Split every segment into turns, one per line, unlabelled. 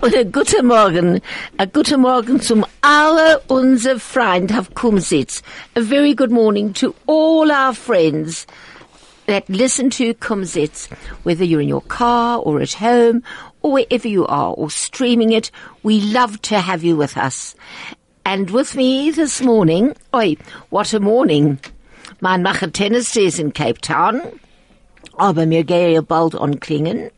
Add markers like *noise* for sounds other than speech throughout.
Und guten Morgen. A guten Morgen zum alle unser Freund auf Kumsitz. A very good morning to all our friends that listen to Kumsitz, whether you're in your car or at home or wherever you are or streaming it. We love to have you with us. And with me this morning, oi, what a morning. Mein Macher Tennessee is in Cape Town, aber mir gehe bald anklingen.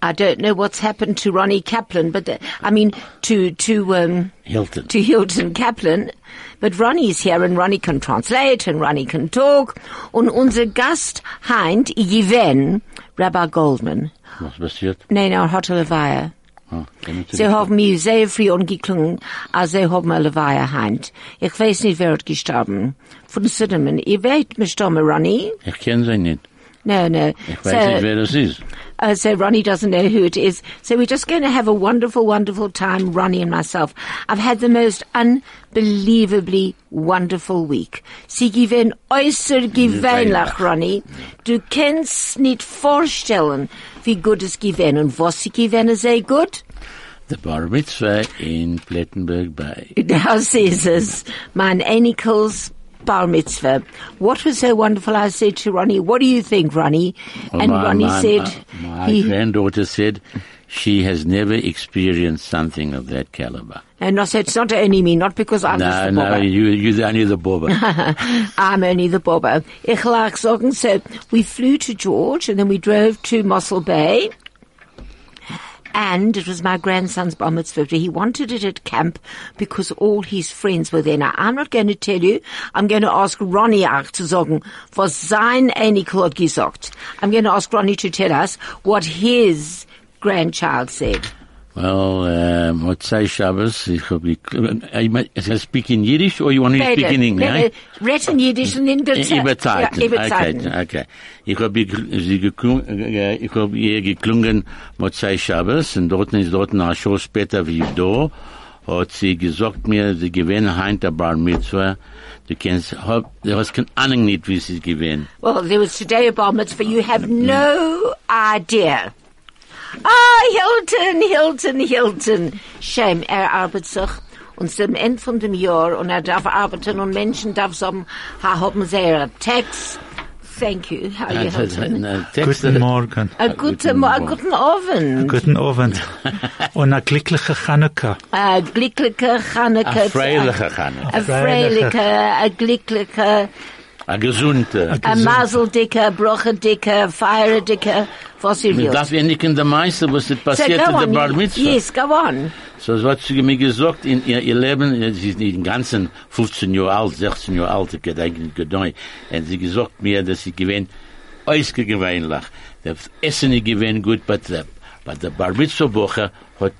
I don't know what's happened to Ronnie Kaplan, but uh, I mean to to um,
Hilton.
to Hilton Kaplan. But Ronnie's here, and Ronnie can translate, and Ronnie can talk. Und unser Gast Hind Yiven, Rabbi Goldman.
Was passiert?
Nein, er hat eine Weihe.
Ah, kann ich
Sie haben mich sehr früh angeklungen, als sie haben eine Weihe Hind. Ich weiß nicht, wer hat gestorben. Von Cinnamon. Ihr wisst, gestorben, Ronnie?
ich kenne sie nicht.
No, no.
Ich weiß nicht, wer das ist.
Uh, so Ronnie doesn't know who it is. So we're just going to have a wonderful, wonderful time, Ronnie and myself. I've had the most unbelievably wonderful week. Sie gewen
Mm,
äußer gewöhnlich, Ronnie. Du kannst nicht vorstellen, wie gut es gewen und was sie gewen ist sehr gut.
The Bar Mitzvah in Plettenberg Bay.
Das ist es. Mein Enikels Bar Mitzvah. What was so wonderful? I said to Ronnie, what do you think, Ronnie? And
my,
Ronnie
my-
said,
my, my
he,
granddaughter said she has never experienced something of that caliber.
And I said, it's not only me, not because I'm just
No,
the
no,
bobber.
you, you're the- only
*laughs*
the bobber.
I'm only the bobber. Ich lag sagen, so we flew to George and then we drove to Mossel Bay. And it was my grandson's bar mitzvah. He wanted it at camp because all his friends were there. Now, I'm not going to tell you. I'm going to ask Ronnie auch zu sagen, was sein Enkel hat gesagt. I'm going to ask Ronnie to tell us what his grandchild said.
well, uh, Motzei Shabbos, ich hab gek- I might- I speak in Yiddish or you want me to speak in English?
Beide. Reden Yiddish und in der Zeit.
Überzeiten.
Ja, Überzeiten.
Okay, okay. Ich habe sie geklungen, äh, ich habe ihr geklungen, Motzei Shabbos, und dort ist dort nach Show später wie da, hat sie gesagt mir, sie gewinnen heint der Bar Mitzvah, du kennst, hab, du hast keine Ahnung nicht, wie sie es gewinnen.
Well, there was today a bar mitzvah. You have no idea. Ah, Hilton, Hilton, Hilton. Shame, er arbeitet sich. Und zum Ende von dem Jahr, und er darf arbeiten, und Menschen darf sagen, ha, haben sie ihre Text. Thank you. How
Äh,
you Hilton?
Guten Morgen.
A guten, a guten Abend.
*laughs*
Guten Abend. Und eine glückliche Chanukka.
A glückliche Chanukah.
A freiliche Chanukah.
A freiliche, a glückliche,
Ein gesunder.
a mazeldicke, brochedicke, feierdicke, was ihr
Ich
willst.
darf endlich in der Meister, was ist
So
passiert
go
in der
on.
Bar Mitzvah.
Yes, go on.
So so hat sie mir gesagt, in ihr, ihr Leben, äh, sie ist nicht im Ganzen 15 Jahre alt, 16 Jahre alt, ich hätte eigentlich gedacht, und sie gesagt mir, dass sie gewähnt, äußerst gewöhnlich. Das Essen ist gewähnt gut, but the, but the Bar Mitzvah Woche hat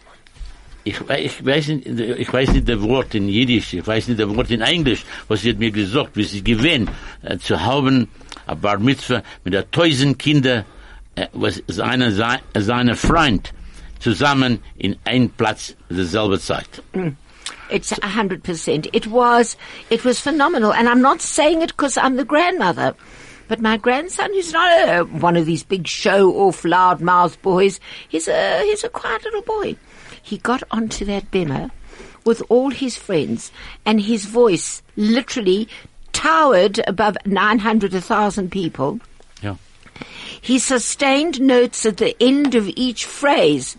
ich, we- ich weiß nicht, ich weiß nicht das Wort in Jiddisch, ich weiß nicht das Wort in Englisch, was sie hat mir gesagt, wie sie gewinnt, äh, zu haben, a Bar Mitzvah mit der tausend Kinder, äh, was seine, sei- seine Freund zusammen in ein Platz derselbe Zeit.
It's a hundred percent. It was, it was phenomenal, and I'm not saying it because I'm the grandmother, but my grandson, who's not uh one of these big show-off, loud-mouthed boys, he's a he's a quiet little boy. He got onto that bimmer with all his friends, and his voice literally towered above 900, 1,000 people.
Ja.
*laughs*
*laughs*
He sustained notes at the end of each phrase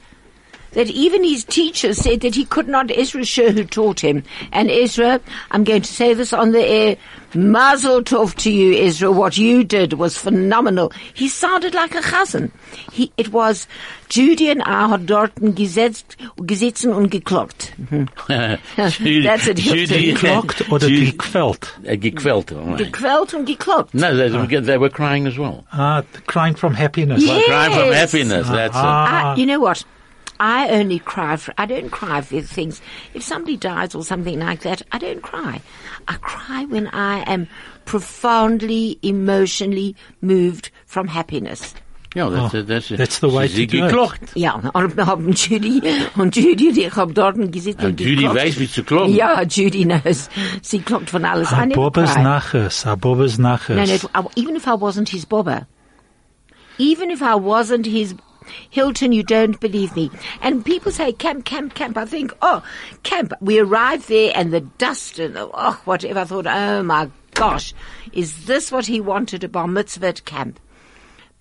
that even his teacher said that he could not Ezra sure who taught him. And Ezra, I'm going to say this on the air, mazel tov to you, Ezra. What you did was phenomenal. He sounded like a cousin. He, it was Judy and I had dort gesetzt, gesetzen und gekloppt.
Judy-
That's it,
Judy-
Glockt oder
Judy-
gequält?
Äh, Gequält. oh mein.
Gequält und gekloppt.
No, they, they were crying as well.
Ah, crying from happiness.
Yeah.
Crying from
Yes.
happiness, that's it.
Aha.
I,
Ah.
you know what? I only cry for, I don't cry for things. If somebody dies or something like that, I don't cry. I cry when I am profoundly emotionally moved from happiness.
Ja, that's,
Oh,
it, that's, it.
that's the way
sie
to do it.
geklagt.
Ja, und wir haben Judy, und Judy und ich haben dort gesessen und
Judy
geklopft.
weiß, wie zu kloppen.
Ja, Judy knows. Sie klopft von alles. I
A
never
Bobber's
cry.
Ah, Naches, a Bobber's
No, no,
Naches. Ah,
I- even if I wasn't his bobber, even if I wasn't his Hilton, you don't believe me. And people say camp, camp, camp. I think, oh, camp. We arrived there and the dust and oh, whatever. I thought, oh my gosh, is this what he wanted? A bar mitzvah at camp.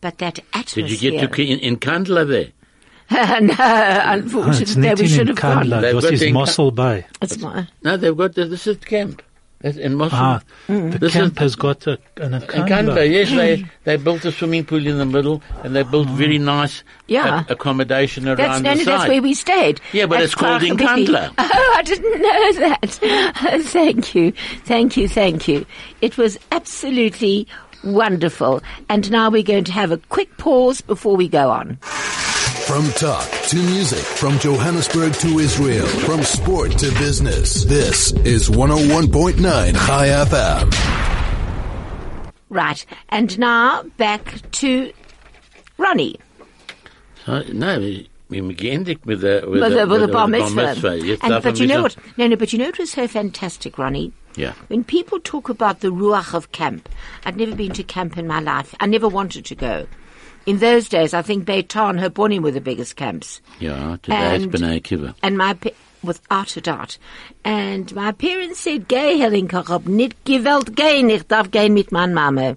But that atmosphere.
Did you get to in, in Kandla there?
*laughs* no,
Oh, it's
unfortunately,
not
we should
in
have gone.
Kandla.
They've
This
got
is
in-
Mossel Bay.
It's not.
No, they've got the, this is camp. That's in Mosul.
Ah, the
Mm-hmm.
This
camp
is
has got a, an
in
Akandla.
Kandla. Yes, they they built a swimming pool in the middle, and they
Ah.
built very nice
Yeah.
ac- accommodation around
That's,
the
no, no,
side.
that's where we stayed.
Yeah, but
At
it's called in
Kragenbeek.
Kandla.
*laughs* Oh, I didn't know that. *laughs* thank you, thank you, thank you. It was absolutely wonderful. And now we're going to have a quick pause before we go on.
From talk to music, from Johannesburg to Israel, from sport to business. This is 101.9 High FM.
Right, and now back to Ronnie.
Uh, no, we, we geendigt with the with,
With the,
the,
with the bar mitzvah.
Yes,
And,
daarvan
but you
is
know
het-
what? No, no, but you know what was so fantastic, Ronnie?
Yeah.
When people talk about the ruach of camp, I'd never been to camp in my life. I never wanted to go. In those days, I think Beitar and Herbonim were the biggest camps.
Yeah, today it's
And-
B'nai Akiva.
And my, pa- without a doubt. And my parents said, Geh, Helen Kochop, nit gewelt gehen, ich darf gehen mit mein Mama.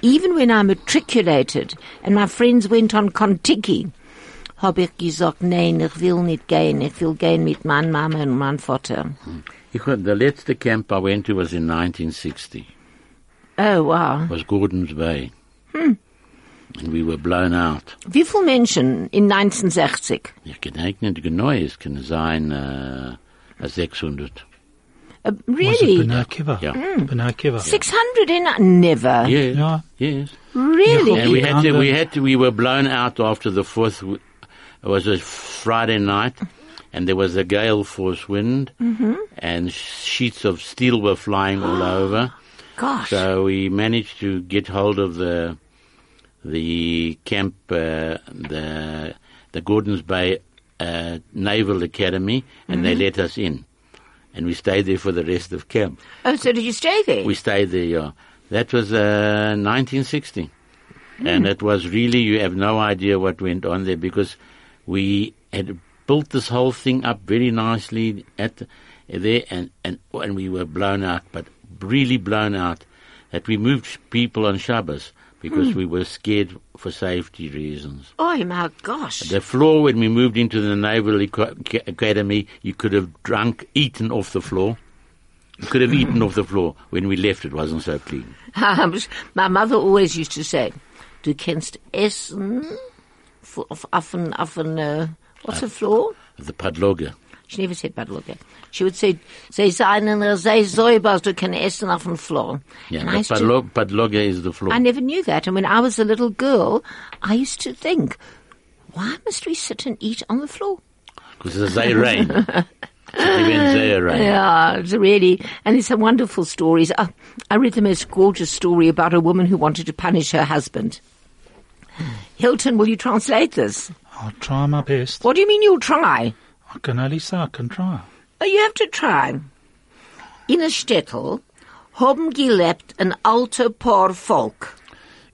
Even when I matriculated and my friends went on Kontiki, hab ich gesagt, nein, ich will nicht gehen, ich will gehen mit mein Mama und mein Vater.
Ich, the letzte camp I went to was in 1960.
Oh, wow.
Was Gordon's Bay.
Hmm.
And we were blown out.
Wie viele Menschen in 1960?
Ich gedenke, die Genoi ist, kann sein, äh, 600.
Uh,
Was it
really? Mm.
B'nai Akiva?
Yeah.
B'nai Akiva.
600 in, never.
Yes,
Yeah.
yes.
Really?
And we had to,
Under-
we had to, we were blown out after the fourth. w- It was a Friday night, and there was a gale force wind, and sheets of steel were flying all over.
Gosh.
So we managed to get hold of the the camp, uh, the the Gordons Bay uh, Naval Academy, and they let us in, and we stayed there for the rest of camp.
oh, so did you stay there?
We stayed there. Yeah. That was uh, 1960, and it was really you have no idea what went on there because we had built this whole thing up very nicely at there, and and and we were blown out, but really blown out. That we moved people on Shabbos because we were scared for safety reasons.
oh, my gosh. *laughs*
The floor when we moved into the Naval Ac- Academy, you could have drunk, eaten off the floor. You could have eaten off the floor. When we left, it wasn't so clean.
My mother always used to say, "Du kennst essen f- f- off an off an uh, what's a floor."
The padloga.
She never said bad look. She would say, "Say seinen, uh, say säubers, du kannst essen off an floor."
Yeah,
And
the
I used to-
padlo- padloga is the floor.
I never knew that. And when I was a little girl, I used to think, "Why must we sit and eat on the floor?"
Because it's
*laughs*
a rain. It's a rain.
Yeah, Uh, it's really, and it's a wonderful stories. Uh, I read the most gorgeous story about a woman who wanted to punish her husband. Hilton, will you translate this?
I'll try my best.
What do you mean you'll try?
I can only say I can try.
Oh, you have to try. In a shtetl haben gelebt an alter Paar Volk.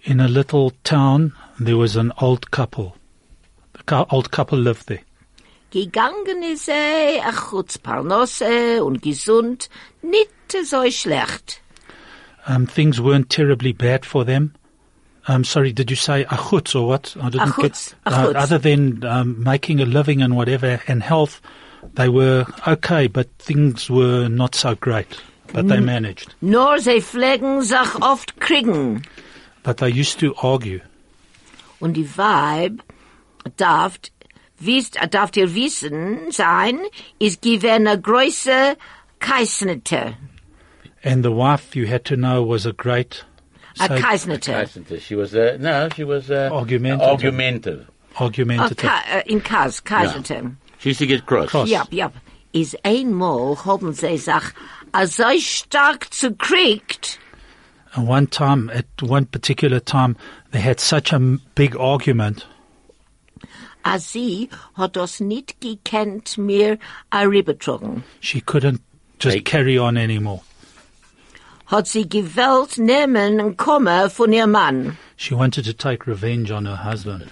In a little town, there was an old couple. The cou- old couple lived there.
Gegangen ist sie, e, a chutz Parnasse und gesund, nicht so schlecht.
Um, things weren't terribly bad for them. Um, sorry, did you say achutz or what? I didn't
Achutz,
get. uh,
achutz.
other than um, making a living and whatever and health, they were okay, but things were not so great. But
Mm.
they managed.
Nur sie pflegen sich oft kriegen.
But they used to argue.
Und die Weib darf, wisst, darf ihr wissen sein, ist gewähne große Kaisnete. Äh,
And the wife, you had to know, was a great
A
so-
Kaisnete.
She was, uh, no, she was uh,
Argumentative.
argumentative.
A
argumentative.
Ka- äh, In Kas, Kaisnete.
She used to get cross.
Cross.
Ja, ja. Is einmal haben sie sich so stark gekriegt.
And one time, at one particular time, they had such a m- big argument.
als sie hat das nicht gekannt mehr herübertragen.
She couldn't just
Like-
carry on anymore.
Hat sie gewollt nehmen und kommen von ihrem Mann.
She wanted to take revenge on her husband.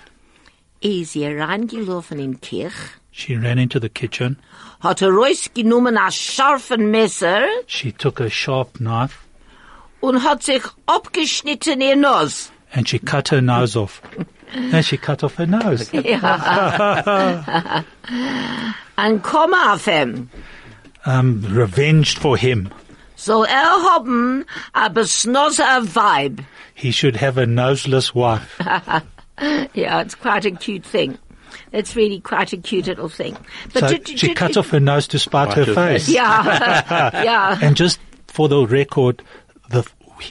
ist sie reingelaufen in die Kirche,
She ran into the kitchen.
hat er rausgenommen ein scharfes Messer
She took a sharp knife
und hat sich abgeschnitten ihr Nuss.
and she cut her nose off. And she cut off
*laughs*
her nose.
Ein Komma auf ihn.
Um, revenged for him.
So er haben ein besnosser Vibe.
He should have a noseless wife.
Yeah, it's quite a cute thing. It's really quite a cute little thing.
So
did- did-
she
did-
cut off her nose to spite
Spite her
her
*laughs*
face. *laughs*
Yeah, yeah.
And just for the record, the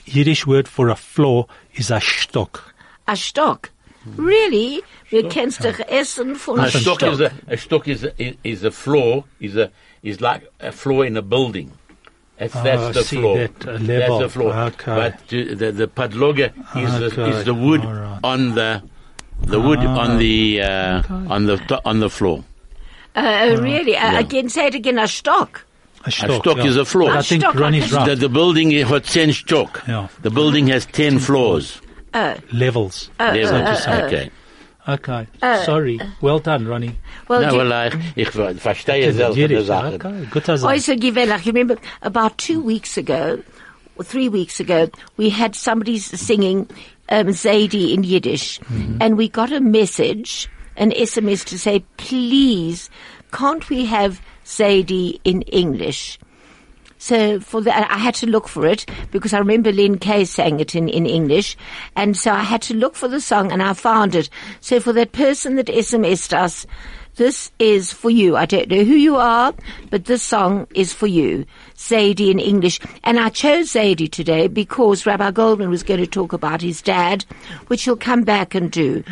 Yiddish word for a flaw is a shtok.
A Stock. Really? Wir kennst doch Essen von
A
Stock.
stock is a, a stock is a, is a floor is a is like a floor in a building. That's,
Oh, I
that's the
see
floor.
that, uh, level.
That's the floor.
Okay.
But uh, the the padloga is
Okay,
the, is the wood
all right. Ah.
on the the wood on the uh, on the to- on the floor.
Uh, really? I, I can say it again, a Stock.
A
A
shtok,
shtok
yeah.
is a floor.
But I think
A shtok,
Ronnie's
I
The,
right.
the building is hot ten stock.
Yeah.
The building has ten floors.
Levels.
There's
uh,
what you say. okay.
Okay.
uh,
Sorry. Well done, Ronnie.
Well,
no,
Oh, do-
well, I, ich eh, ver- verstehe
Is it
selbst die
Yiddish?
Sache.
Okay. Good as
Also, given, I remember about two weeks ago, or three weeks ago, we had somebody singing um, Zaidi in Yiddish, and we got a message, an SMS to say, please, can't we have Zaidi in English? So for that, I had to look for it because I remember Lynn Kay sang it in, in English. And so I had to look for the song and I found it. So for that person that SMS'd us, this is for you. I don't know who you are, but this song is for you. Zadie in English. And I chose Zadie today because Rabbi Goldman was going to talk about his dad, which he'll come back and do,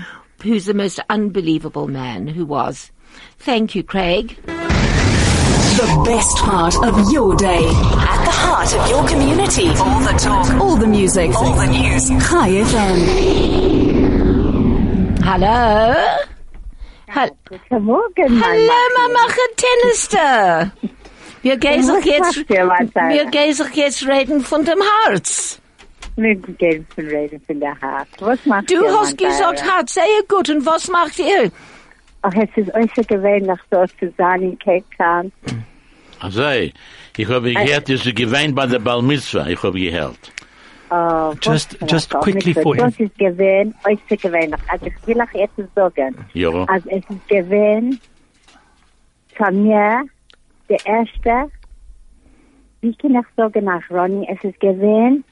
who's the most unbelievable man who was. Thank you, Craig.
The best part of your day. At the heart of your community. All the talk. All the music. All the news. Hi FM.
Hello. Hel-
Guten Morgen, mein
Hallo,
Martin.
Mama Tennister. Wir gehen
Was
sich jetzt,
macht ihr, mein Teil?
wir gehen sich jetzt reden von dem Herz.
Wir gehen zum Reden von der Haare. Was macht
Du
ihr,
hast
mein
gesagt,
Teil?
Herz sei gut, und was macht ihr?
Ach, es ist äußerst gewöhnlich, so zu sein in Cape Town.
Also, ich habe gehört, dass du geweint bei der Bar Mitzvah. Ich habe gehört.
Oh,
Just-
was
just
macht ihr?
quickly for
Das ist gewöhn, äußerst gewöhnlich. Also ich will euch etwas sagen.
Oh.
Ja.
Also es ist gewöhn, von mir, der Erste, wie kann ich sagen nach Ronnie, es ist gewöhn,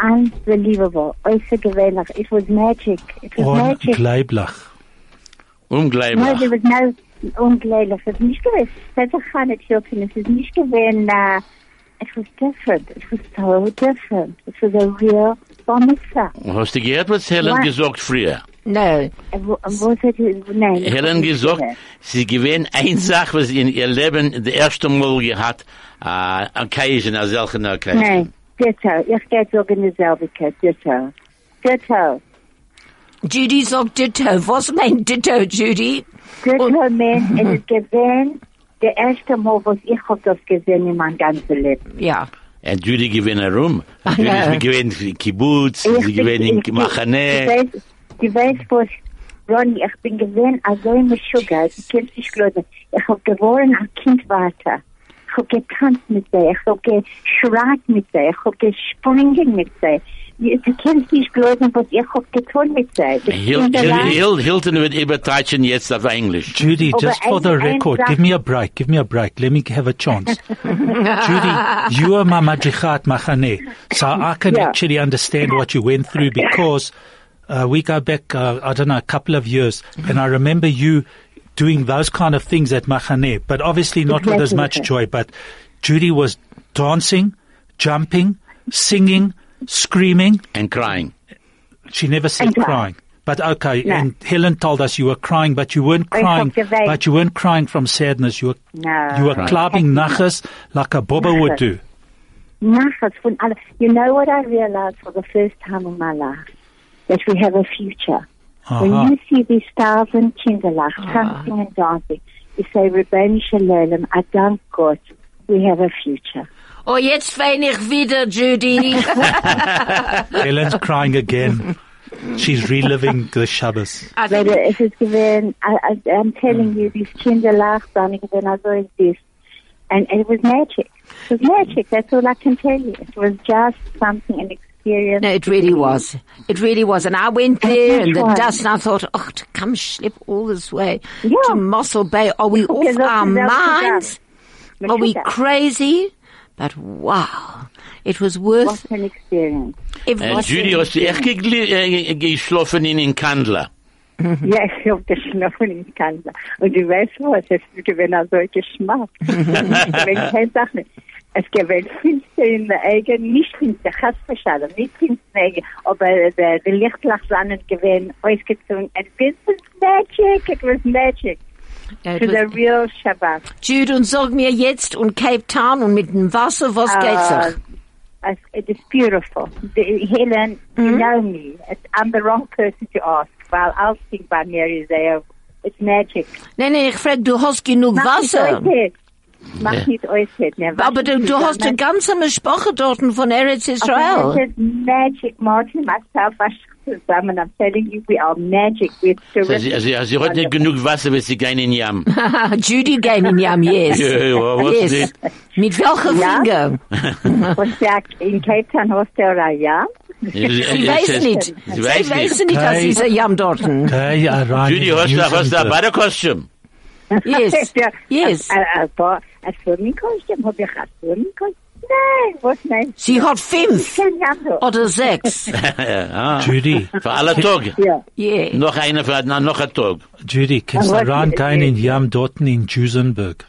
unbelievable, Oh, äußerst gewöhnlich. It was magic. It
Oh,
was magic.
Ungleiblach.
Nein,
Unglaublich.
sie wird neu ungleichlich. Es ist nicht gewesen. Es hat sich gar nicht helfen. Es ist nicht gewesen, äh, it was different. It was so different. It was a real Bommisa.
Hast du gehört, was Helen
Nein.
gesagt früher?
No.
Äh, Wo, wo ist es? Nein.
Helen gesagt, sie gewinnt eine Sache, was sie in ihr Leben das erste Mal gehabt hat, äh, Occasion, eine solche Occasion.
Nein, ditto. Ich gehe sagen dieselbe, ditto. Ditto.
Judy sagt Ditto. Was meint Ditto, Judy?
Ditto, man, es ist gewesen, der erste Mal, was ich hab das gesehen in meinem ganzen Leben.
Ja.
Und Judy gewinnt herum.
Ach,
Judy
ja.
ist gewinnt in Kibbutz, sie
Ich
gewinnt in
bin- ich-
Machane.
Du weißt- Du weißt, wo ich, Ronny, ich bin gewesen, also immer Sugar, du kannst nicht glauben. Ich habe geworden, ein Kind weiter. Ich habe getanzt mit ihr, ich habe geschreit mit ihr, ich habe gesprungen mit ihr. Du kannst nicht glauben, was ich habe getan mit ihr. Das
Hil-
Kinderlein-
Hil- Hil- Hilton wird übertreichen jetzt auf Englisch.
Judy,
Over
just for the
eight- eight
record,
ra-
give me a break. Give me a break. Let me have a chance. Judy, you are my madricha at Machane, so I can
Yeah.
actually understand what you went through because uh, we go back, uh, I don't know, a couple of years, and I remember you doing those kind of things at Machane, but obviously not with as
Exactly.
much joy. But Judy was dancing, jumping, singing, screaming.
And crying.
She never said
And cry.
crying. But okay,
No.
and Helen told us you were crying, but you weren't
I
crying.
hope they-
But you weren't crying from sadness. You were
No.
you were
Right.
clubbing nachas like a bobber would do.
nachas von alle. You know what I realized for the first time in my life? That we have a future.
Uh-huh.
Aha.
When you see these thousand kinderlach dancing and dancing, you say, Rebbein Shalom, I thank God we have a future.
Oh,
*laughs*
jetzt weine ich wieder, Judy.
Helen's crying again. She's reliving the Shabbos.
I
But
think
it is given, I, I, I'm telling you, these Kinder Lachbahn, when I was this, and it was magic. It was magic, that's all I can tell you. It was just something, an experience.
No, it really was. It really was. And I went there and the
Right.
dust, and I thought, oh, to come slip all this way
Yeah.
to Mossel Bay. Are we off
that's-
our
that's what
minds?
But
Are we
sugar,
crazy? But wow, it was worth
What an experience.
every
Äh, Judy, hast du echt gegli- äh, geschlafen in, in Kandla?
Ja, ich habe geschlafen in Kanada. Und du weißt was, es ist gewesen auch so ein Geschmack. es gewesen keine Sache nicht. Es gewesen Finster in der Augen, nicht Finster, Chasperschale, nicht Finster in der Augen, aber äh, der, der Lichtlachsannen gewesen, ausgezogen. And this was magic, it was magic.
Ja, it
To the
was-
real Shabbat.
Jude, und sag mir jetzt und Cape Town und mit dem Wasser, was
Uh,
geht's sich?
as- it is beautiful. The, Helen, you know me. It's, I'm the wrong person to ask. Well, I'll think by Mary there. It's magic.
Nein, nein, ich frag, du hast genug
Mach nicht
Wasser.
äußert. Mach nicht äußert. Ne, was
Aber du,
ist
du
das?
hast eine ganze Sprache dort von Eretz
Aber
Israel.
das ist magic, Martin, myself, was zusammen. I'm telling you, we are magic. We're
Sie, sie,
terrific.
sie, sie hat nicht genug Wasser, wenn sie gehen in
*laughs*
Jam.
Judy game in Yam,
*laughs*
yes.
Ja, ja, was
yes. Mit welcher
Ja?
Finger?
Was sagt, in Cape Town hast du ein Jahr?
Sie, sie,
Sie weiß nicht. Sie
Sie weiß nicht.
weiß nicht, dass
Kein-
dieser Yam
*laughs*
dort.
Okay, Iranian
Judy, hast du,
music.
hast du ein *laughs* Badekostüm?
*laughs*
Yes.
Ja.
Yes.
Ein- ein- ein paar- Ein Swimmingkostüm, hab ich ein Swimmingkostüm? Nein, was nein?
Sie hat
Ich
fünf
kenn ja so.
oder
*laughs*
sechs.
ah,
Judy,
für alle Tage.
Ja.
Yeah.
Noch einer für na, noch ein Tag.
Judy, kannst
Aber
du
was-
reingehen in Yam Dorten in Jusenberg?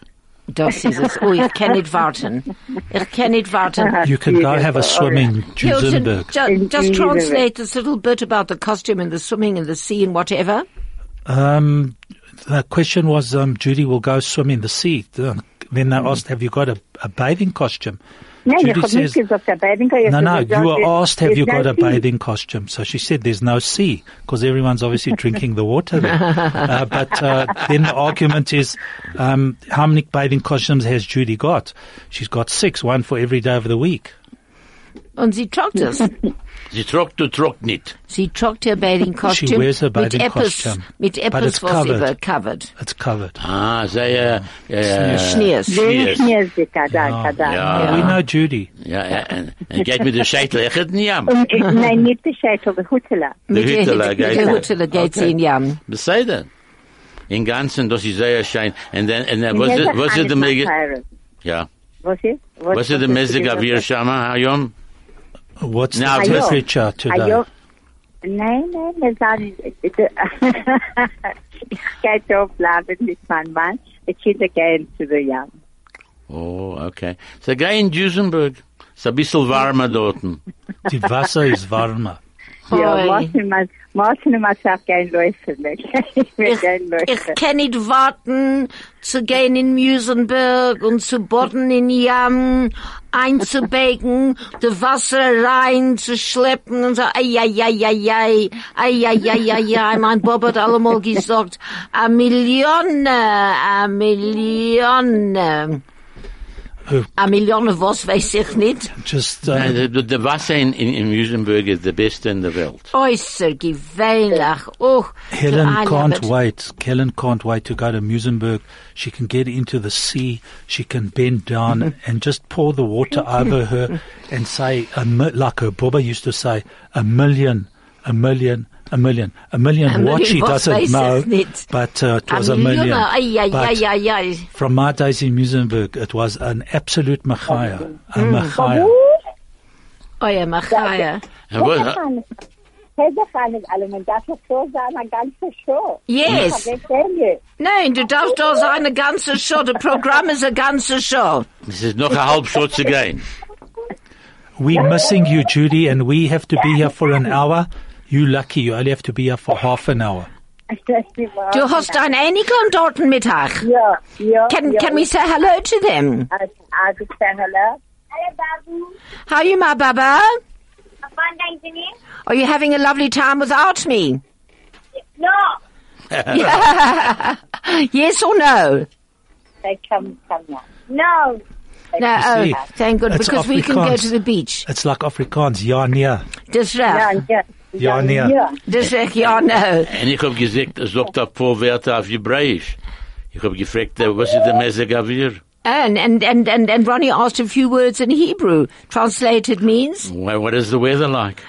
Das ist es. Oh, ich kann nicht warten. Ich kann nicht warten.
You can go have a
Beautiful.
swim in
Hilton,
Jusenberg.
ju- just translate this little bit about the costume and the swimming and the sea and whatever.
Um, the question was, um, Judy will go swim in the sea. Then they asked, have you got a, a bathing costume?
Nein, ich
Judy
hab
says,
nicht gesagt, ein Bathing-Kostüm.
no,
Ich
no,
hab gesagt,
you were
es-
asked, have
es
you
ist
got a
ein Ziel.
bathing costume? So she said, there's no sea because everyone's *laughs* obviously drinking the water there. Uh, but uh, then the argument is, um, how many bathing costumes has Judy got? She's got six, one for every day of the week.
Und sie tragt es.
Sie trockt, du trockt nicht.
Sie tragt ihr bathing costume.
wears her bathing
mit Eppes,
costume.
Mit
But
Eppes,
it's
was
covered.
übercovered.
It's covered.
Ah, sei, äh, äh,
Schneers.
Very
Yes.
music, da, da,
Ja.
da.
Oh, we know Judy.
ja, äh, äh, geht mit der Scheitel, ich hätte nie am.
Und ich, nein, nicht die Scheitel, die Hutela.
Mit
Der
ihr-
Hütterle
mit
geht
der
sie.
Hütterle geht sie
Okay.
in Yam.
Was sei denn? Im Ganzen, das ist sehr schein. Und dann, und dann, was, ist- was ist der Mege, ja,
Was ist?
was ist der Messige Avir Shama, Hayom?
What's
Now,
the
Ayo.
temperature today?
Ayo. Nein, nein, wir sagen, *laughs* ich gehe da bleiben mit meinem Mann. Die Kinder gehen zu der Jam.
Oh, okay. So, geh in Duesenberg. Ist ein bisschen warmer dort.
The Wasser is warmer.
Hoi.
Ja, Martin, mein- Martin und myself gehen laufen. Wir *laughs* gehen- Wir gehen
Ich
laufen.
kann nicht warten, zu gehen in Müsenberg und zu boden in Jam, einzubägen, das Wasser reinzuschleppen und so, ei, ei, ei, ei, ei, ei, ei, ei, ei, ei, mein Bob hat allemal gesagt, a Million, a Million,
Oh,
a Million, was weiß ich nicht,
Just uh,
Nein, der- Der Wasser in, in, in Duesenberg ist der beste in der Welt.
äußer gewöhnlich, oh,
Helen
I love
can't
it.
wait. Helen can't wait to go to Musenberg. She can get into the sea. She can
*laughs*
bend down and just pour the water over her and say, a mi- like her Baba used to say, a million, a million, a million, a million.
A
what
million
she
was
doesn't
basis,
know,
isn't it?
but uh, it
A
was a
Million,
million.
ei, ei,
But
ei, ei, ei.
From my days in Musenberg, it was an absolute machaya, a
Mm.
machaya.
Euer Machaia.
Und was-
Hätte ich alles, alle, man darf das so sagen, eine ganze Show.
Yes.
Ich erzähl dir.
Nein, du er darfst doch so eine ganze Show. Das Programm ist eine ganze Show.
Es ist noch eine halbe Stunde zu gehen.
We're missing you, Judy, and we have to be here for an hour. You lucky, you only have to be here for half an hour.
Du
*laughs*
hast ein Einigern dort am Mittag.
Ja, ja.
Can,
ja.
can we say hello to them?
I, I just say hello.
Hello, Babu.
How are you, my Baba?
A fun day, isn't it?
Are you having a lovely time without me?
No.
*laughs* Yes or no?
They come, come now.
No.
No,
see,
oh, thank God,
it's
because we can go
Afrikaans.
to the beach.
It's like Afrikaans, ja, nee.
That's
Yeah,
right.
yeah.
Ja, nee.
Ja.
Das sag ja no.
En ik heb gezegd, er zoekt een paar woorden op Hebreeuws. Ik heb gevraagd, eh, wat is de mezegavir?
And, and, and, and, and Ronnie asked a few words in Hebrew. Translated means,
What is the weather like?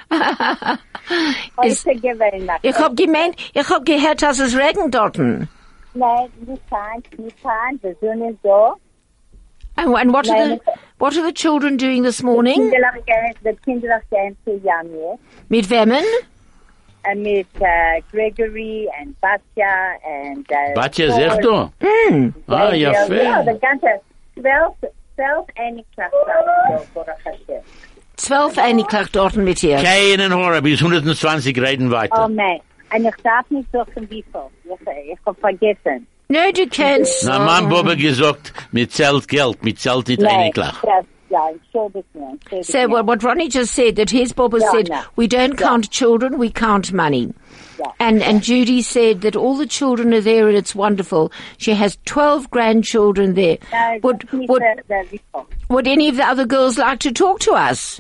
is,
Heute gewöhnt.
ich hab gemeint, ich hab gehört, dass es regnet dorten.
Nein, nicht kann, nicht kann, die Sonne ist da.
And, and what are the, what are the children doing this morning?
Kinderlach gehen, die Kinderlach gehen zu Jamie.
Mit wemmen?
And mit uh, Gregory and Batya and... Uh,
Batje is echt daar. Ah, ja,
Hmm. Ja,
fair.
de ganze 12, 12 en ik klas. Ja, Baruch Hashem.
Zwölf eingeklagt dorten mit ihr.
Keinen Horror, bis 120 Graden
Oh
weiter.
nee, en ik darf niet zeggen wieveel. Ik- Ik heb vergeten.
No, du kannst.
Na,
ah.
mein Bobbe gesagt, mir zählt Geld, mir zählt nicht eine Klach.
dat- Ja, ik schuld het niet. ik schuld
So
het
what,
niet.
what Ronnie just said, that his Baba
Yeah, I
said,
know.
we don't count children, we count money.
Yeah.
And, and Judy said that all the children are there and it's wonderful. She has 12 grandchildren there.
Nee, dat
would,
is niet
would,
de- de wieveel.
would any of the other girls like to talk to us?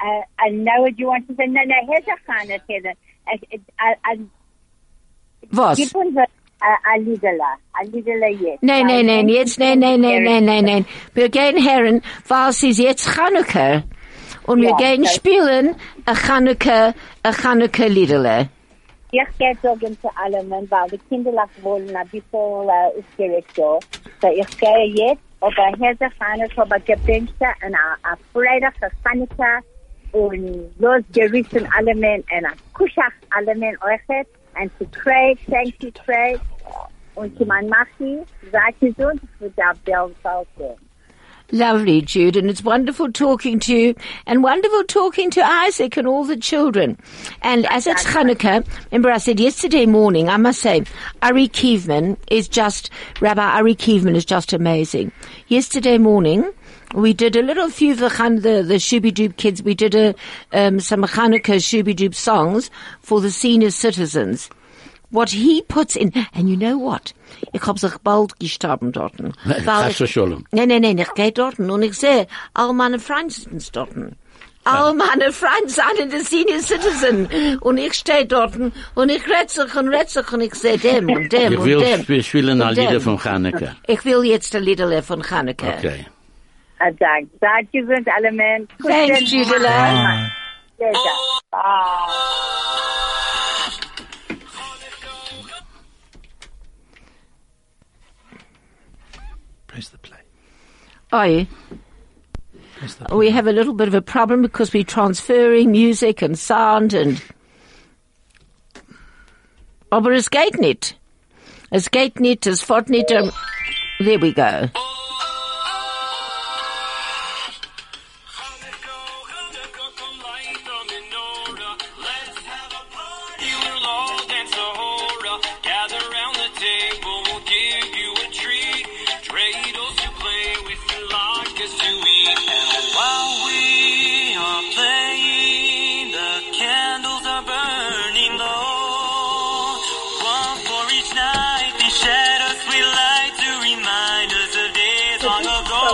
I, I know what you want to say. No, no, here's a kind of thing. I, I, I,
Was?
give them the, I, I lead a lot. I lead a lot, yes.
Nein, nein, nein, jetzt, nein, nein, nein, nein, nein, nein. Wir gehen herren, weil es ist jetzt Chanukah. Und wir
Ja,
gehen
okay.
spielen a Chanukah, a Chanukah-Liederle.
Ich gehe sagen zu allem, ne? weil die Kinder lassen wollen ein bisschen äh, aufgeregt da. So, ich gehe jetzt, aber hier ist eine aber gewünschte, und ein Freitag, ein Sanitär, und losgerissen alle Menschen, und ein Kuschach alle Menschen euch hat, und zu Craig, thank you Craig, und zu meinem Machi, seid gesund, für der Bellfalke.
Lovely, Jude, and it's wonderful talking to you, and wonderful talking to Isaac and all the children. And as it's Hanukkah, remember I said yesterday morning, I must say, Ari Kievman is just, Rabbi Ari Kievman is just amazing. Yesterday morning, we did a little few of the, Chan- the, the Shooby-Doob kids, we did a, um, some Hanukkah Shooby-Doob songs for the senior citizens. What he puts in, and you know what? Ich hab sich bald gestorben dort. Weil
Hast du schon? um.
Nein, nein, nein, ich gehe dort und ich sehe, all meine Freunde sind dort. All meine Freunde sind in der Senior Citizen. Und ich stehe dort und ich rätsel und rätsel und ich sehe dem und dem
Ich
und
will
dem.
sp- spielen
und
ein
dem.
Lieder von Chanukah.
Ich will jetzt ein Liederle von Chanukah.
Okay.
Also, seid gesund alle Menschen.
Thanks, Judele.
Yes, yes. Bye.
Press the play.
Oi.
Press the play.
We have a little bit of a problem because we're transferring music and sound and. Aber es geht nicht. Es geht nicht, es fährt nicht. um, There we go.
Shadows we light to remind us of days long ago.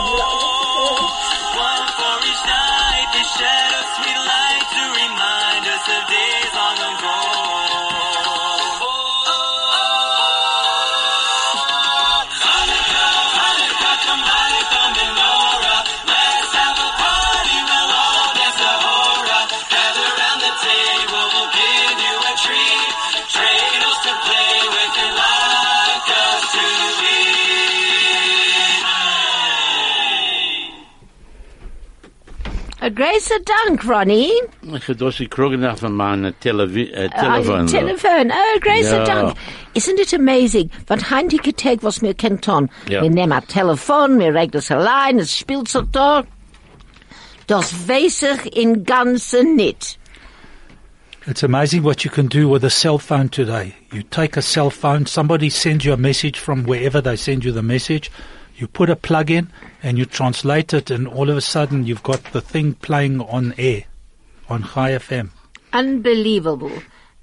One for each night, the shadows we light to remind us of days long ago. Hanukkah, Hanukkah, come light the menorah. Let's have a party, we'll all dance a hora. Gather round the table, we'll give you a treat. Dreidels to play with and like us to be.
A gracer dank, Ronnie.
Ich habe das gekriegt nach von meinem Televi-
Ah,
äh,
Uh,
Telefon.
telephone. Oh, Grace
Ja.
Dank. Isn't it amazing? Want heintige Tag, was mir kennt on.
Ja.
Wir nehmen ein Telefon, wir regen das allein, es spielt sich da. Das weiß ich in Ganzen nicht.
It's amazing what you can do with a cell phone today. You take a cell phone, somebody sends you a message from wherever they send you the message, you put a plug in and you translate it, and all of a sudden you've got the thing playing on air on High FM.
Unbelievable.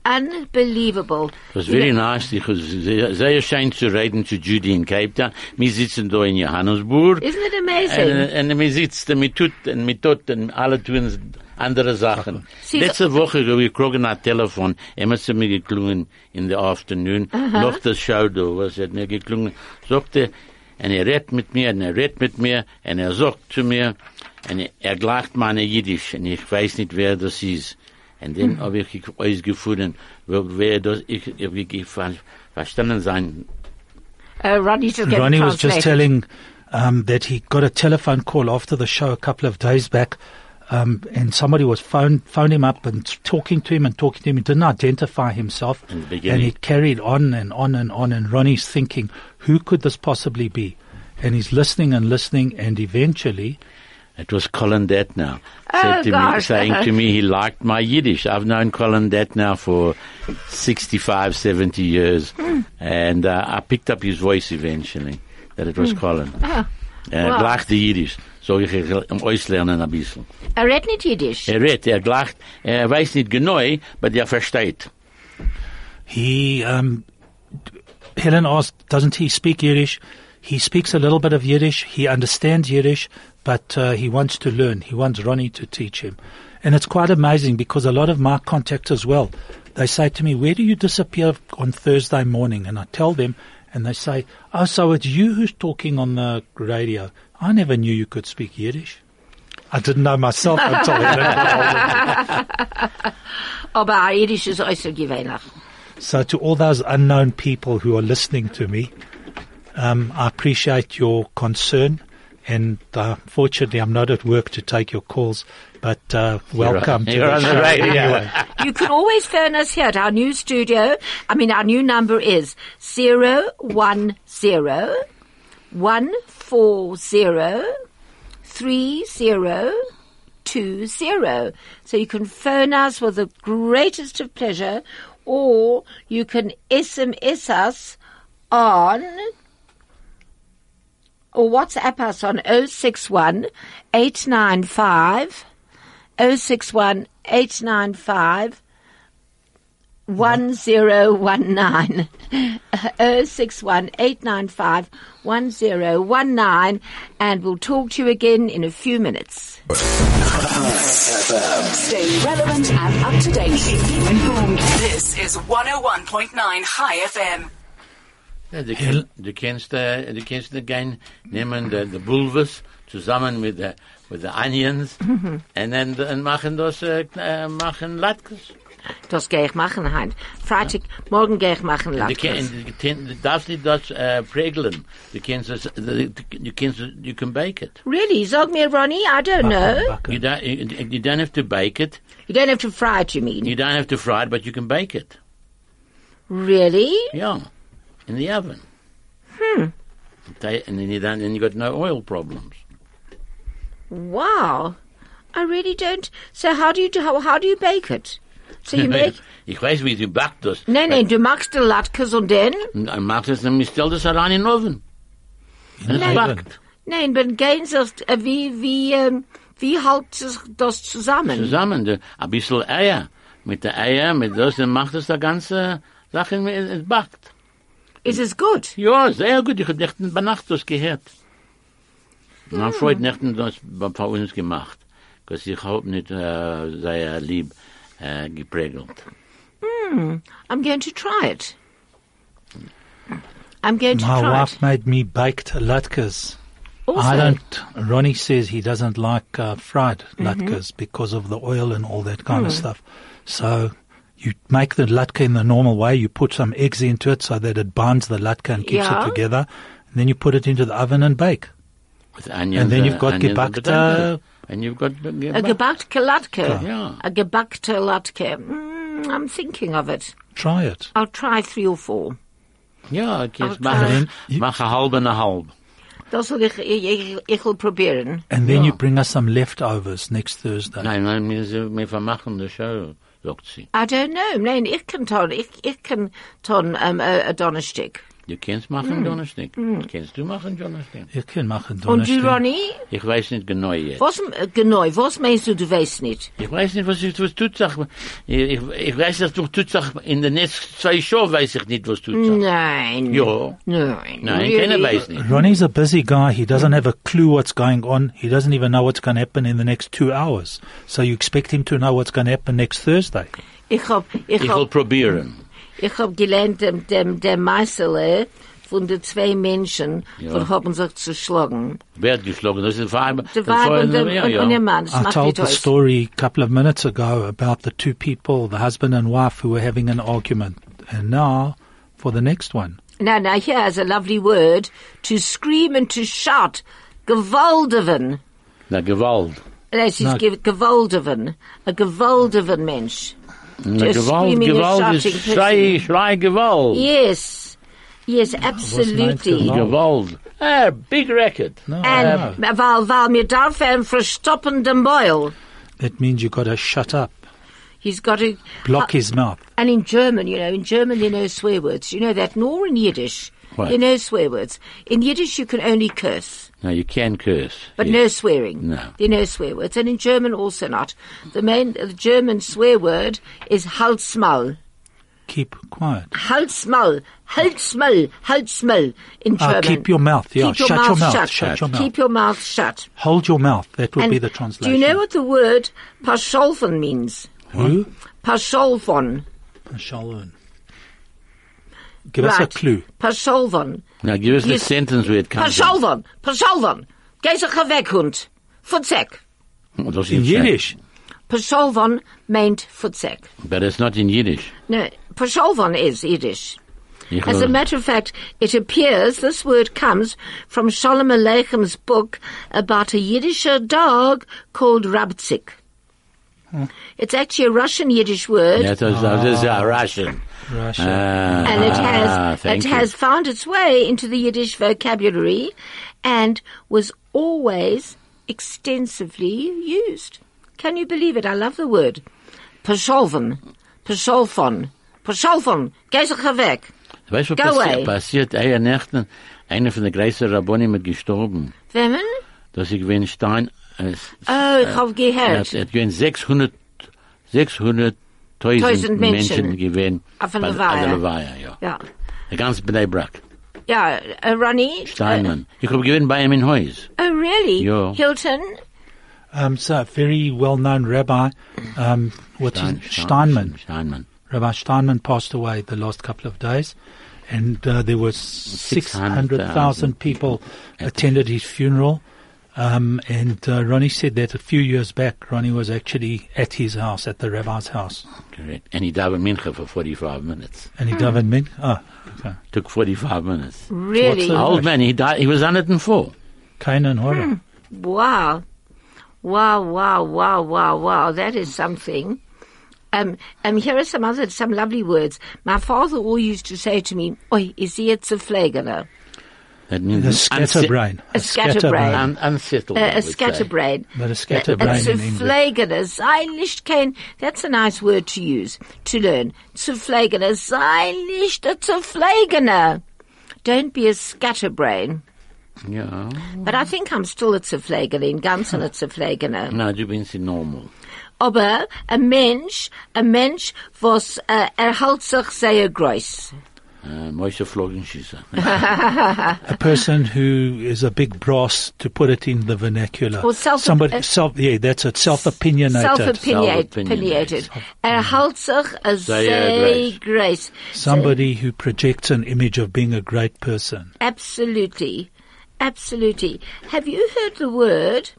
unbelievable.
Das ist
You
very
know,
nice. Ich sehr, sehr schön zu reden zu Judy in Cape Town. Wir sitzen da in Johannesburg.
Isn't it
uh,
amazing?
Und, und wir sitzen mit tut und mit tot und alle tun andere Sachen.
Sie-
Letzte Woche habe ich gekriegt ein Telefon. Immer sind mir geklungen in der Afternoon. Nach der Show da, was hat mir geklungen. Sagte, und er redet mit mir, und er redet mit mir, und er sagt zu mir, und er gleicht meine Jiddisch, und ich weiß nicht, wer das ist. Und dann habe ich euch gefunden, wo- wer das, ich, ich, ich, ich verstanden sein
Uh, Ronnie just getting
Ronnie was just
translated.
telling um, that he got a telephone call after the show a couple of days back, um, and somebody was phone phoned him up and talking to him and talking to him. He didn't identify himself,
In the beginning.
and it carried on and on and on. And Ronnie's thinking, who could this possibly be? And he's listening and listening, and eventually,
It was Colin Detner
Oh,
said to me,
gosh.
saying to me he liked my Yiddish. I've known Colin Detner for 65, 70 years,
Hmm.
and uh, I picked up his voice eventually, that it was Colin. Oh, er
Hmm. wow.
gleicht die Jiddisch. So ich um euch lernen ein bisschen.
uh,
Er redet nicht Jiddisch.
Er redet, er gleicht, er weiß nicht genau, aber er versteht.
he um, Helen asked, doesn't he speak Yiddish? He speaks a little bit of Yiddish. He understands Yiddish, but uh, he wants to learn. He wants Ronnie to teach him. And it's quite amazing because a lot of my contacts as well, they say to me, where do you disappear on Thursday morning? And I tell them, and they say, oh, so it's you who's talking on the radio. I never knew you could speak Yiddish. I didn't know myself *laughs* until Helen told me.
Aber er Jiddisch ist äußerst gewöhnlich.
So, to all those unknown people who are listening to me, um, I appreciate your concern. And uh, fortunately, I'm not at work to take your calls, but uh, welcome to
You're
the
on the
show
radio.
anyway.
You can always phone us here at our new studio. I mean, our new number is 010 140 3020. So you can phone us with the greatest of pleasure, or you can SMS us on or WhatsApp us on 061 895 061 895 *laughs* 1019. 061 895 1019. And we'll talk to you again in a few minutes.
Stay relevant and up to date. Informed. This is 101.9 High FM.
Ja, du, ken, du kennst, äh, du kennst den Gang, nehmen die, die Bulbes zusammen mit der mit the Onions und dann und machen das, äh, äh, machen Latkes.
Das gehe ich machen, Heinz. Freitag, morgen gehe ich machen,
Du, ken,
Latkes.
du, ken, du darfst nicht das äh, prägeln. Du kannst es, du, du kannst, es- you can bake it.
Really? Sag mir, Ronnie, I don't know.
You don't, you, you don't have to bake it.
You don't have to fry it, you mean?
You don't have to fry it, but you can bake it.
Really?
Yeah, in the oven. Hmm. And then you don't, and you got no oil problems.
Wow. I really don't. So how do you do, how, how do you *laughs* bake it? So
*laughs*
you make,
ich weiß, wie du backst das.
nein, nein, du machst die Latkes und dann?
Er macht es nämlich, stellt es rein in den Ofen. Und es
Nein.
backt.
Nein, dann gehen sie, äh, wie, wie, ähm, wie hält sich das zusammen?
Zusammen, de- ein bisschen Eier. Mit der Eier, mit das, dann macht es die ganze Sache, in- es backt.
Ist es gut?
Ja, sehr gut, ich habe nicht bei Nacht das gehört. Und
Hm.
am Freud nicht das bei bei uns gemacht. Because ich habe nicht äh, sehr lieb äh, geprägelt.
I'm going to try it. I'm going to
My
try it.
wife made me baked latkes. I
Also-
don't. Ronnie says he doesn't like uh, fried
Mm-hmm.
latkes because of the oil and all that kind of
Hmm.
stuff. So you make the latke in the normal way. You put some eggs into it so that it binds the latke and keeps
Yeah.
it together. And then you put it into the oven and bake.
With onions,
And then you've
uh,
got Äh,
onions and
gebakte-
potatoes. And you've got
A
gebakte.
gebakte latke.
Yeah.
A gebakte latke. Mm, I'm thinking of it.
Try it.
I'll try three or four.
Ja, ik
Okay.
mache,
You-
mache halb en een halb.
Das will ich, ich, ich, ich will probieren.
And then
Yeah.
you bring us some leftovers next Thursday.
Nein, nein, wir, wir vermachen die Show, sagt sie.
I don't know. Nein, ich kann ton, ich, ich kann ton, um, a, a Donnerstag.
Du kannst machen Donnerstag.
Mm.
Kannst du machen Donnerstag?
Ihr könnt machen
Und
Donnerstag.
du, Ronny?
Ich weiß nicht genau jetzt.
Was, äh, genau, was meinst du, du weißt nicht?
Ich weiß nicht, was ich was tut sag. Ich, ich, ich weiß, dass du tut sag in den nächsten zwei Show weiß ich nicht, was tut sag.
Nein.
Ja.
Nein.
Nein,
really.
keiner weiß nicht.
Ronnie's a busy guy. He doesn't have a clue what's going on. He doesn't even know what's going to happen in the next two hours. So you expect him to know what's going to happen next Thursday.
Ich hab, ich,
Ich will
hab,
probieren.
ich hab gelernt, dem, dem, der Meißele von den zwei Menschen,
Ja.
die haben sich zu schlagen.
Wer hat geschlagen? Das ist vor allem,
Der Weib und der, und, und der Mann. Das
I
macht
told
nicht
the
aus.
story a couple of minutes ago about the two people, the husband and wife, who were having an argument. And now for the next one.
Now, now, here's a lovely word to scream and to shout. Gewaldigen.
Na, Gewalt.
Das ist
No.
ge gewaldigen. A gewaldigen Mensch.
Na,
Just
Gewalt,
screaming and
Gewalt ist
shouting,
Schrei,
pissing.
Schrei, Gewalt.
Yes. Yes, absolutely.
Gewalt?
Gewalt. Ah, big record.
No,
Nou. And
no.
weil, weil mir darf er verstoppen den Beul.
it means you got to shut up,
He's got to...
block
Uh,
his mouth.
And in German, you know, in German they know swear words. You know that, nor in Yiddish.
Right.
They know swear words. In Yiddish you can only curse,
No, Nou, you can curse.
but
Yes.
no swearing.
No.
They know swear words. And in German also not. The main, the German swear word is Halsmaul.
Keep quiet.
Halsmaul. Halsmaul. Halsmaul in German.
Ah, keep your mouth. Yeah,
Keep your
shut
mouth
your mouth.
shut.
Shut your mouth.
Keep your mouth shut.
Hold your mouth. That would
And
be the translation.
Do you know what the word pascholfen means?
Who?
Pascholfen.
Shalom. Give us a
Right.
clue.
Pascholfen.
Now give us the
Yes.
sentence where it comes from.
Pascholfen. Pascholfen. Geh sich weg, Hund. Futzeck.
Das ist
In Yiddish.
Pascholfen meint Futzeck.
But it's not in Yiddish.
No, Pascholfen is Yiddish.
Ich
As a
glaube-
matter of fact, it appears this word comes from Sholem Aleichem's book about a Yiddish dog called Rabzik. It's actually a Russian Yiddish word.
That is, that is uh, Russian.
Russia.
Ah,
and it
ah,
has
thank
it has
you.
found its way into the Yiddish vocabulary and was always extensively used. Can you believe it? I love the word. Pesholven. Pesholfon. Pesholfon. Gezegewek.
Weißt du,
Go
was passi
away.
passiert? Eier Nächten, einer von den größten Rabbonim hat gestorben.
Women?
Dass ich wenn Stein, äh, es,
Oh, ich hab
es,
gehört.
es gehen 600, 600 Tausend
Tausend Menschen.
Menschen gewesen.
Auf der
bei-
Leweihe.
auf der Leweihe, ja.
Ja.
Der ganze Bnei Brak.
Ja, uh, Ronnie?
Steinmann.
Äh,
ich hab gewesen bei ihm in Haus.
Oh, really?
Ja.
Hilton?
Um, so, a very well-known rabbi, um, what's his- Steinman.
Steinmann.
Rabbi Steinman passed away the last couple of days, and uh, there were 600,000 people attended his funeral. Um, and uh, Ronnie said that a few years back, Ronnie was actually at his house, at the rabbi's house,
Correct. And he died in Mincha for 45 minutes.
and
Hmm.
he died in Min. Oh, okay.
Took 45 minutes.
Really?
the-
Old man, he died, he was 104.
Cain and Horror.
Hmm. Wow. Wow, wow, wow, wow, wow. That is something. Um, um, here are some other, some lovely words. My father always used to say to me, Oi, is he a Pflegeler?
That means
The
unse-
scatterbrain.
A scatterbrain.
Un unsettled. I
Uh, a
would say.
scatterbrain.
But a scatterbrain
A
in English.
Zuflegener, sei nicht kein, that's a nice word to use, to learn. Zuflegener, sei nicht a Zuflegener. Don't be a scatterbrain.
Yeah.
But I think I'm still a Zuflegener, in ganzen a
*laughs*
Zuflegener.
No, du bist in normal.
aber ein Mensch, ein Mensch, was äh, er hält sich sehr groß.
Uh, Moishe Flogenschießer.
a person who is a big brass, to put it in the vernacular.
Or self-
Somebody,
uh,
self, yeah, that's it, self-opinionated.
Self-opinionated. Er hält sich äh, sehr
Sehr
groß.
Somebody who projects an image of being a great person.
Absolutely. Absolutely. Have you heard the word,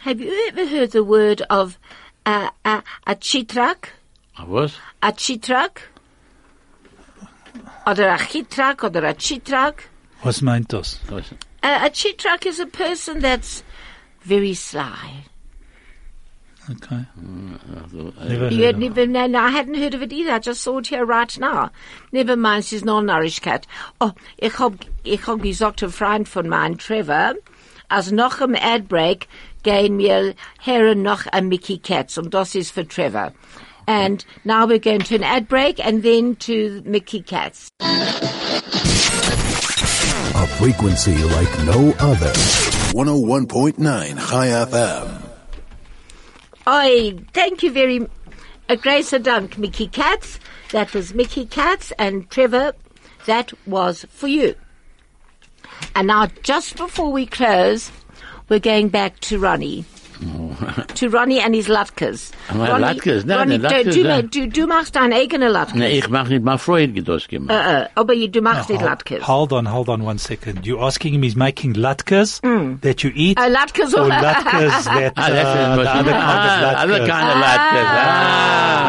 have you ever heard the word of uh, uh, a Chitrak?
I was?
A Chitrak? Oder a Chitrak oder a Chitrak?
Was meint das?
was-
Uh, a Chitrak is a person that's very sly.
Okay.
Also, äh,
Never
You had
heard of it.
never, no, no, I hadn't heard of it either. I just saw it here right now. Never mind, she's not an Irish cat. Oh, ich hab, ich hab gesagt, ein Freund von meinem, Trevor, als noch im Adbreak gehen mir Herren noch ein Mickey Katz. Und das ist für Trevor. And now we're going to an ad break and then to Mickey Katz.
A frequency like no other. 101.9 High FM.
Oi, thank you very a great dunk, Mickey Katz. That was Mickey Katz and Trevor. That was for you. And now, just before we close, we're going back to Ronnie. to Ronnie and his latkes.
Maar
Ronnie,
Oh, latkes, nee,
Ronnie,
nee,
du-
latkes,
du,
nee.
du, du machst deine eigene latkes.
Nee, ich mach nicht mal Freud gedoss gemacht.
Uh, aber you, du machst nicht latkes.
Hold on, hold on one second. You're asking him he's making latkes that you eat?
Uh, latkes *laughs*
or
or-
latkes that
Ah, that's
uh, the
what
other
you- Ah,
kind of
other
latkes.
kind of latkes.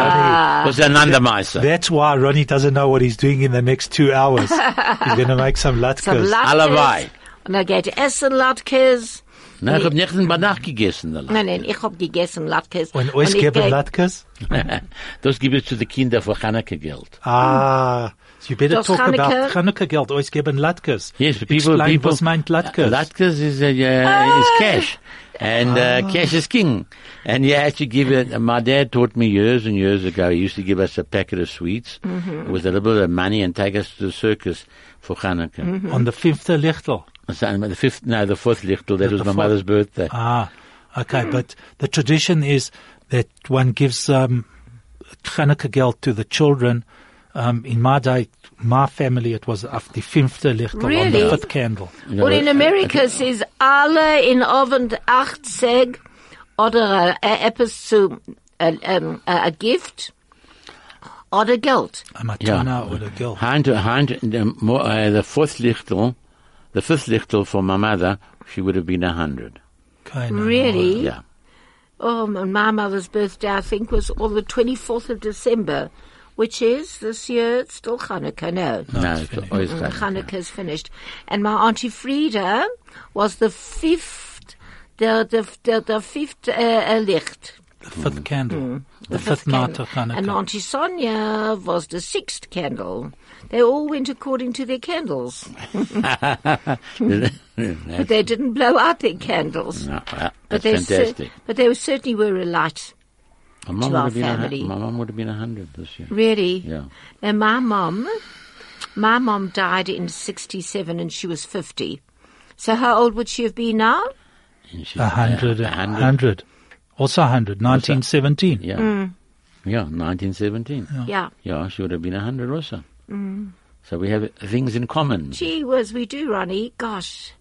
Ah, was ein Andermeister.
That's why Ronnie doesn't know what he's doing in the next two hours. he's going to make some latkes.
Some latkes.
Allebei.
Und dann geht essen latkes.
Na, ich hab nicht mal nachgegessen. der
Nein, nein, ich hab gegessen latkes.
When always
Und ich
give him
geh-
latkes?
Hmm.
Latkes. *laughs* Das gibt es zu den Kindern für Hanukkah Geld.
Ah, so you better
Das
talk about
Chanukah.
Chanukah geld. Always give him latkes.
Yes, but people,
Explain
people.
was meant latkes.
Latkes is, uh, yeah,
Ah!
is cash. And
Ah.
uh, cash is king. And you have to give it. My dad taught me years and years ago. He used to give us a packet of sweets
Mm-hmm.
with a little bit of money and take us to the circus for Hanukkah.
Mm-hmm.
On the fifth of Lichtel.
So, um, The fifth, no, the fourth lichtel. That
The
was my
fourth-
mother's birthday.
Ah, okay. *clears throat* But the tradition is that one gives um, Chanukah geld to the children. Um, in my day, my family, it was after the fifth Lichtel on the
Really?
fifth candle.
Or in America es ist alle in Abend 80 oder äh, etwas zu äh, ähm, äh, ein Gift oder Geld.
A matana
Yeah.
or a girl.
Hand, hand, the, mo- uh, the fourth lichtel, the fifth lichtel for my mother, she would have been a hundred.
Okay, no.
Really?
Yeah.
Oh, my, my mother's birthday I think was on the 24th of December, which is this year it's still Hanukkah, no.
No, it's always
Mm,
Hanukkah.
Hanukkah's finished. And my auntie Frida was the fifth, the, the, the, the fifth uh, uh, Licht.
The fifth candle. The, fifth, night
Mm. candle.
of Hanukkah.
And Auntie Sonia was the sixth candle. They all went according to their candles,
*laughs*
but they didn't blow out their candles.
No, uh,
but
that's
they cer-
fantastic.
but they were- certainly were a light,
My mum
to our
would have been a,
family.
hun- my mum would have been a hundred this year.
really.
Yeah.
And my mom, my mom died in '67, and she was 50. So how old would she have been now?
And she's,
A hundred.
uh,
A hundred. Also a hundred. 1917.
Yeah.
Mm.
Yeah, 1917. Yeah.
Yeah.
she would have been a hundred also.
Mm.
So we have things in common.
Gee whiz, we do, Ronnie. Gosh,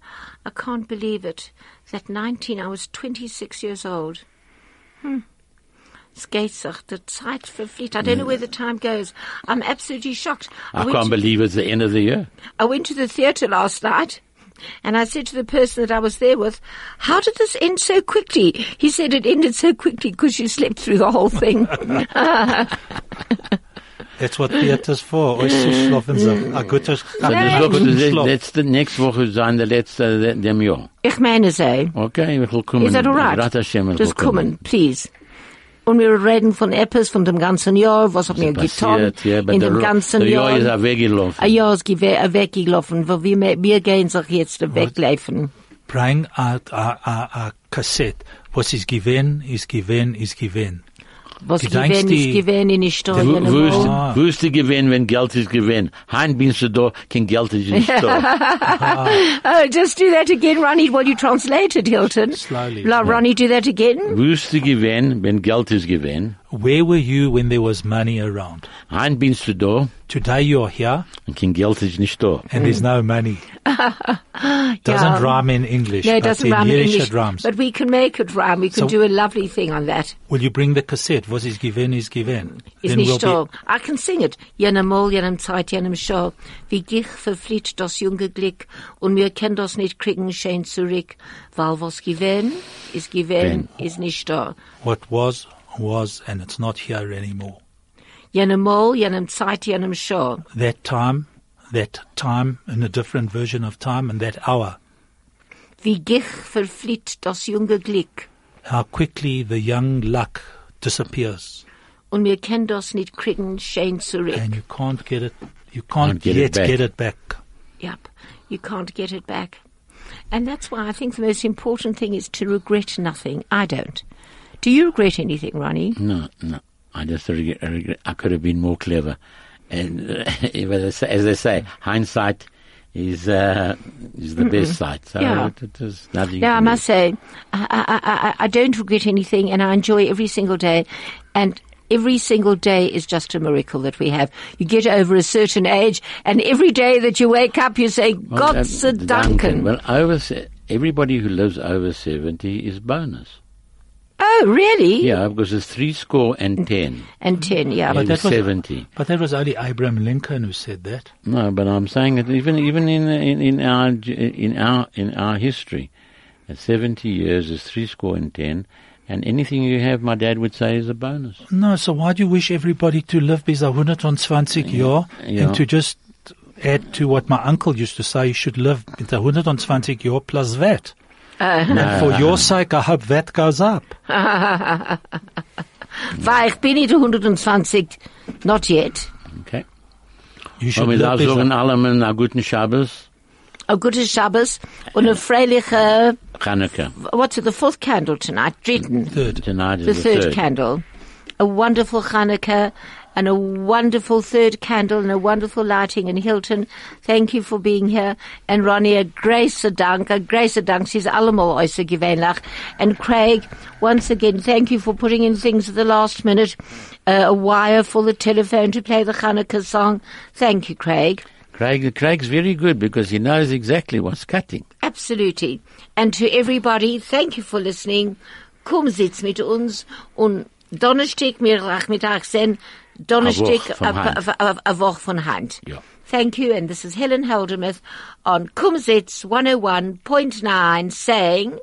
I can't believe it. That 19, I was 26 years old. Hmm. Es geht sich, the Zeit verfliegt. I don't know where the time goes. I'm absolutely shocked.
Mm. I
went
can't
to-
believe it's the end of the year.
I went to the theatre last night and I said to the person that I was there with, How did this end so quickly? He said it ended so quickly because you slept through the whole
*laughs*
thing.
That's what theaters for. Euch zu
*gasps*
schlafen. Mm. so. A guter
So
a
das wird
guten
die
Schlaf.
letzte, nächste Woche sein, der letzte de- dem Jahr.
ich meine so.
Okay, wir willkommen.
Is that all right?
Rat Hashem, wir
Just kommen,
willkommen.
please. Und wir reden von etwas, von dem ganzen Jahr, was hat mir getan
Passiert, ja, aber
in
der
dem
Ro-
ganzen
der
Jahr.
Jahr ist auch weggelaufen.
Ein Jahr ist gewe- äh, weggelaufen, weil wir, wir gehen sich jetzt weglaufen.
Bring a, a, a, a Kassette. Was ist gewinn, ist gewinn, ist gewinn.
Was
Du denkst,
gewesen
die-
ist, gewesen in
Wo,
Historien.
wo, ist,
Ah.
wo ist die Gewinn, wenn Geld ist Gewinn? Hein bin du da, kein
*laughs*
Geld ist nicht da.
Oh, just do that again, Ronnie, while you translate it, Hilton.
Slowly.
La, Ronnie, do that again.
Wo ist die Gewinn, wenn Geld ist Gewinn?
Where were you when there was money around?
Hein bin du da,
Today you're here
und kein Geld ist nicht da.
and there's
*laughs*
no money. Doesn't
Yeah.
rhyme in English.
No, it
but
doesn't
in
rhyme in
Yiddish
English,
it rhymes.
but we can make it rhyme. We can
So-
do a lovely thing on that.
Will you bring the cassette? Was is given is given.
Is nicht da. I can sing it. Jenem Mal, jenem Zeit, jenem Show. Wie dich verfliegt das junge Glück. Und wir können das nicht kriegen, schön zurück. Weil was gewähnt, ist gewähnt, ist nicht da.
What was, was, and it's not here anymore.
Jenem Mal, jenem Zeit, jenem Show.
That time, that time, in a different version of time, and that hour.
Wie dich verfliegt das junge Glück.
How quickly the young luck disappears,
Und wir können das nicht kriegen, schön zurück.
and you can't get it. You
Can't
can't
get it
yet
back.
get it back.
Yep. You can't get it back. And that's why I think the most important thing is to regret nothing. I don't. Do you regret anything, Ronnie?
No, no. I just reg- reg- I could have been more clever. *laughs* And uh, but as as they say, hindsight is uh, is the best sight. So
Yeah.
it, it is nothing.
Yeah,
to
I
do.
must say, I, I, I, I don't regret anything and I enjoy every single day. And every single day is just a miracle that we have. You get over a certain age and every day that you wake up, you say,
Well,
God's
um,
Duncan. Duncan.
Well, over se- everybody who lives over seventy is bonus.
oh, really?
Yeah, because it's three score and ten.
And 10, yeah.
But
But
that
that was-
70.
But that was only Abraham Lincoln who said that.
No, but I'm saying that even even in in, in our in our in our history, at 70 years is three score and ten, and anything you have, my dad would say, is a bonus.
No, so why do you wish everybody to live bis 120 Jahre
Yeah.
and to just add to what my uncle used to say, you should live with 120 Jahre plus that. and
*laughs*
for your sake, I hope that goes up.
Weil ich bin nicht 120, not yet.
Okay.
You should
Und wir
live bis
sagen allem einen guten Shabbos,
A gutes Shabbos und a freiliche,
Chanukah.
what's it, the fourth candle tonight? Dritten.
third.
Tonight is
the
the,
third, candle. A wonderful Hanukkah and a wonderful third candle and a wonderful lighting in Hilton. Thank you for being here. And Ronnie, a grace a dank, a grace a dank. She's allemal oyster gewähnlich. And Craig, once again, thank you for putting in things at the last minute. Uh, a wire for the telephone to play the Hanukkah song. Thank you, Craig.
Craig, Craig's very good because he knows exactly what's cutting.
Absolutely. And to everybody, thank you for listening. Komm, sitz mit uns und Donnerstag, mir Nachmittag sein, Donnerstag,
A Woche von
a-
Hand.
a- a- a Woche von Hand.
Ja.
Thank you, oh and this is Helen Haldemuth on Kumsitz 101.9 saying...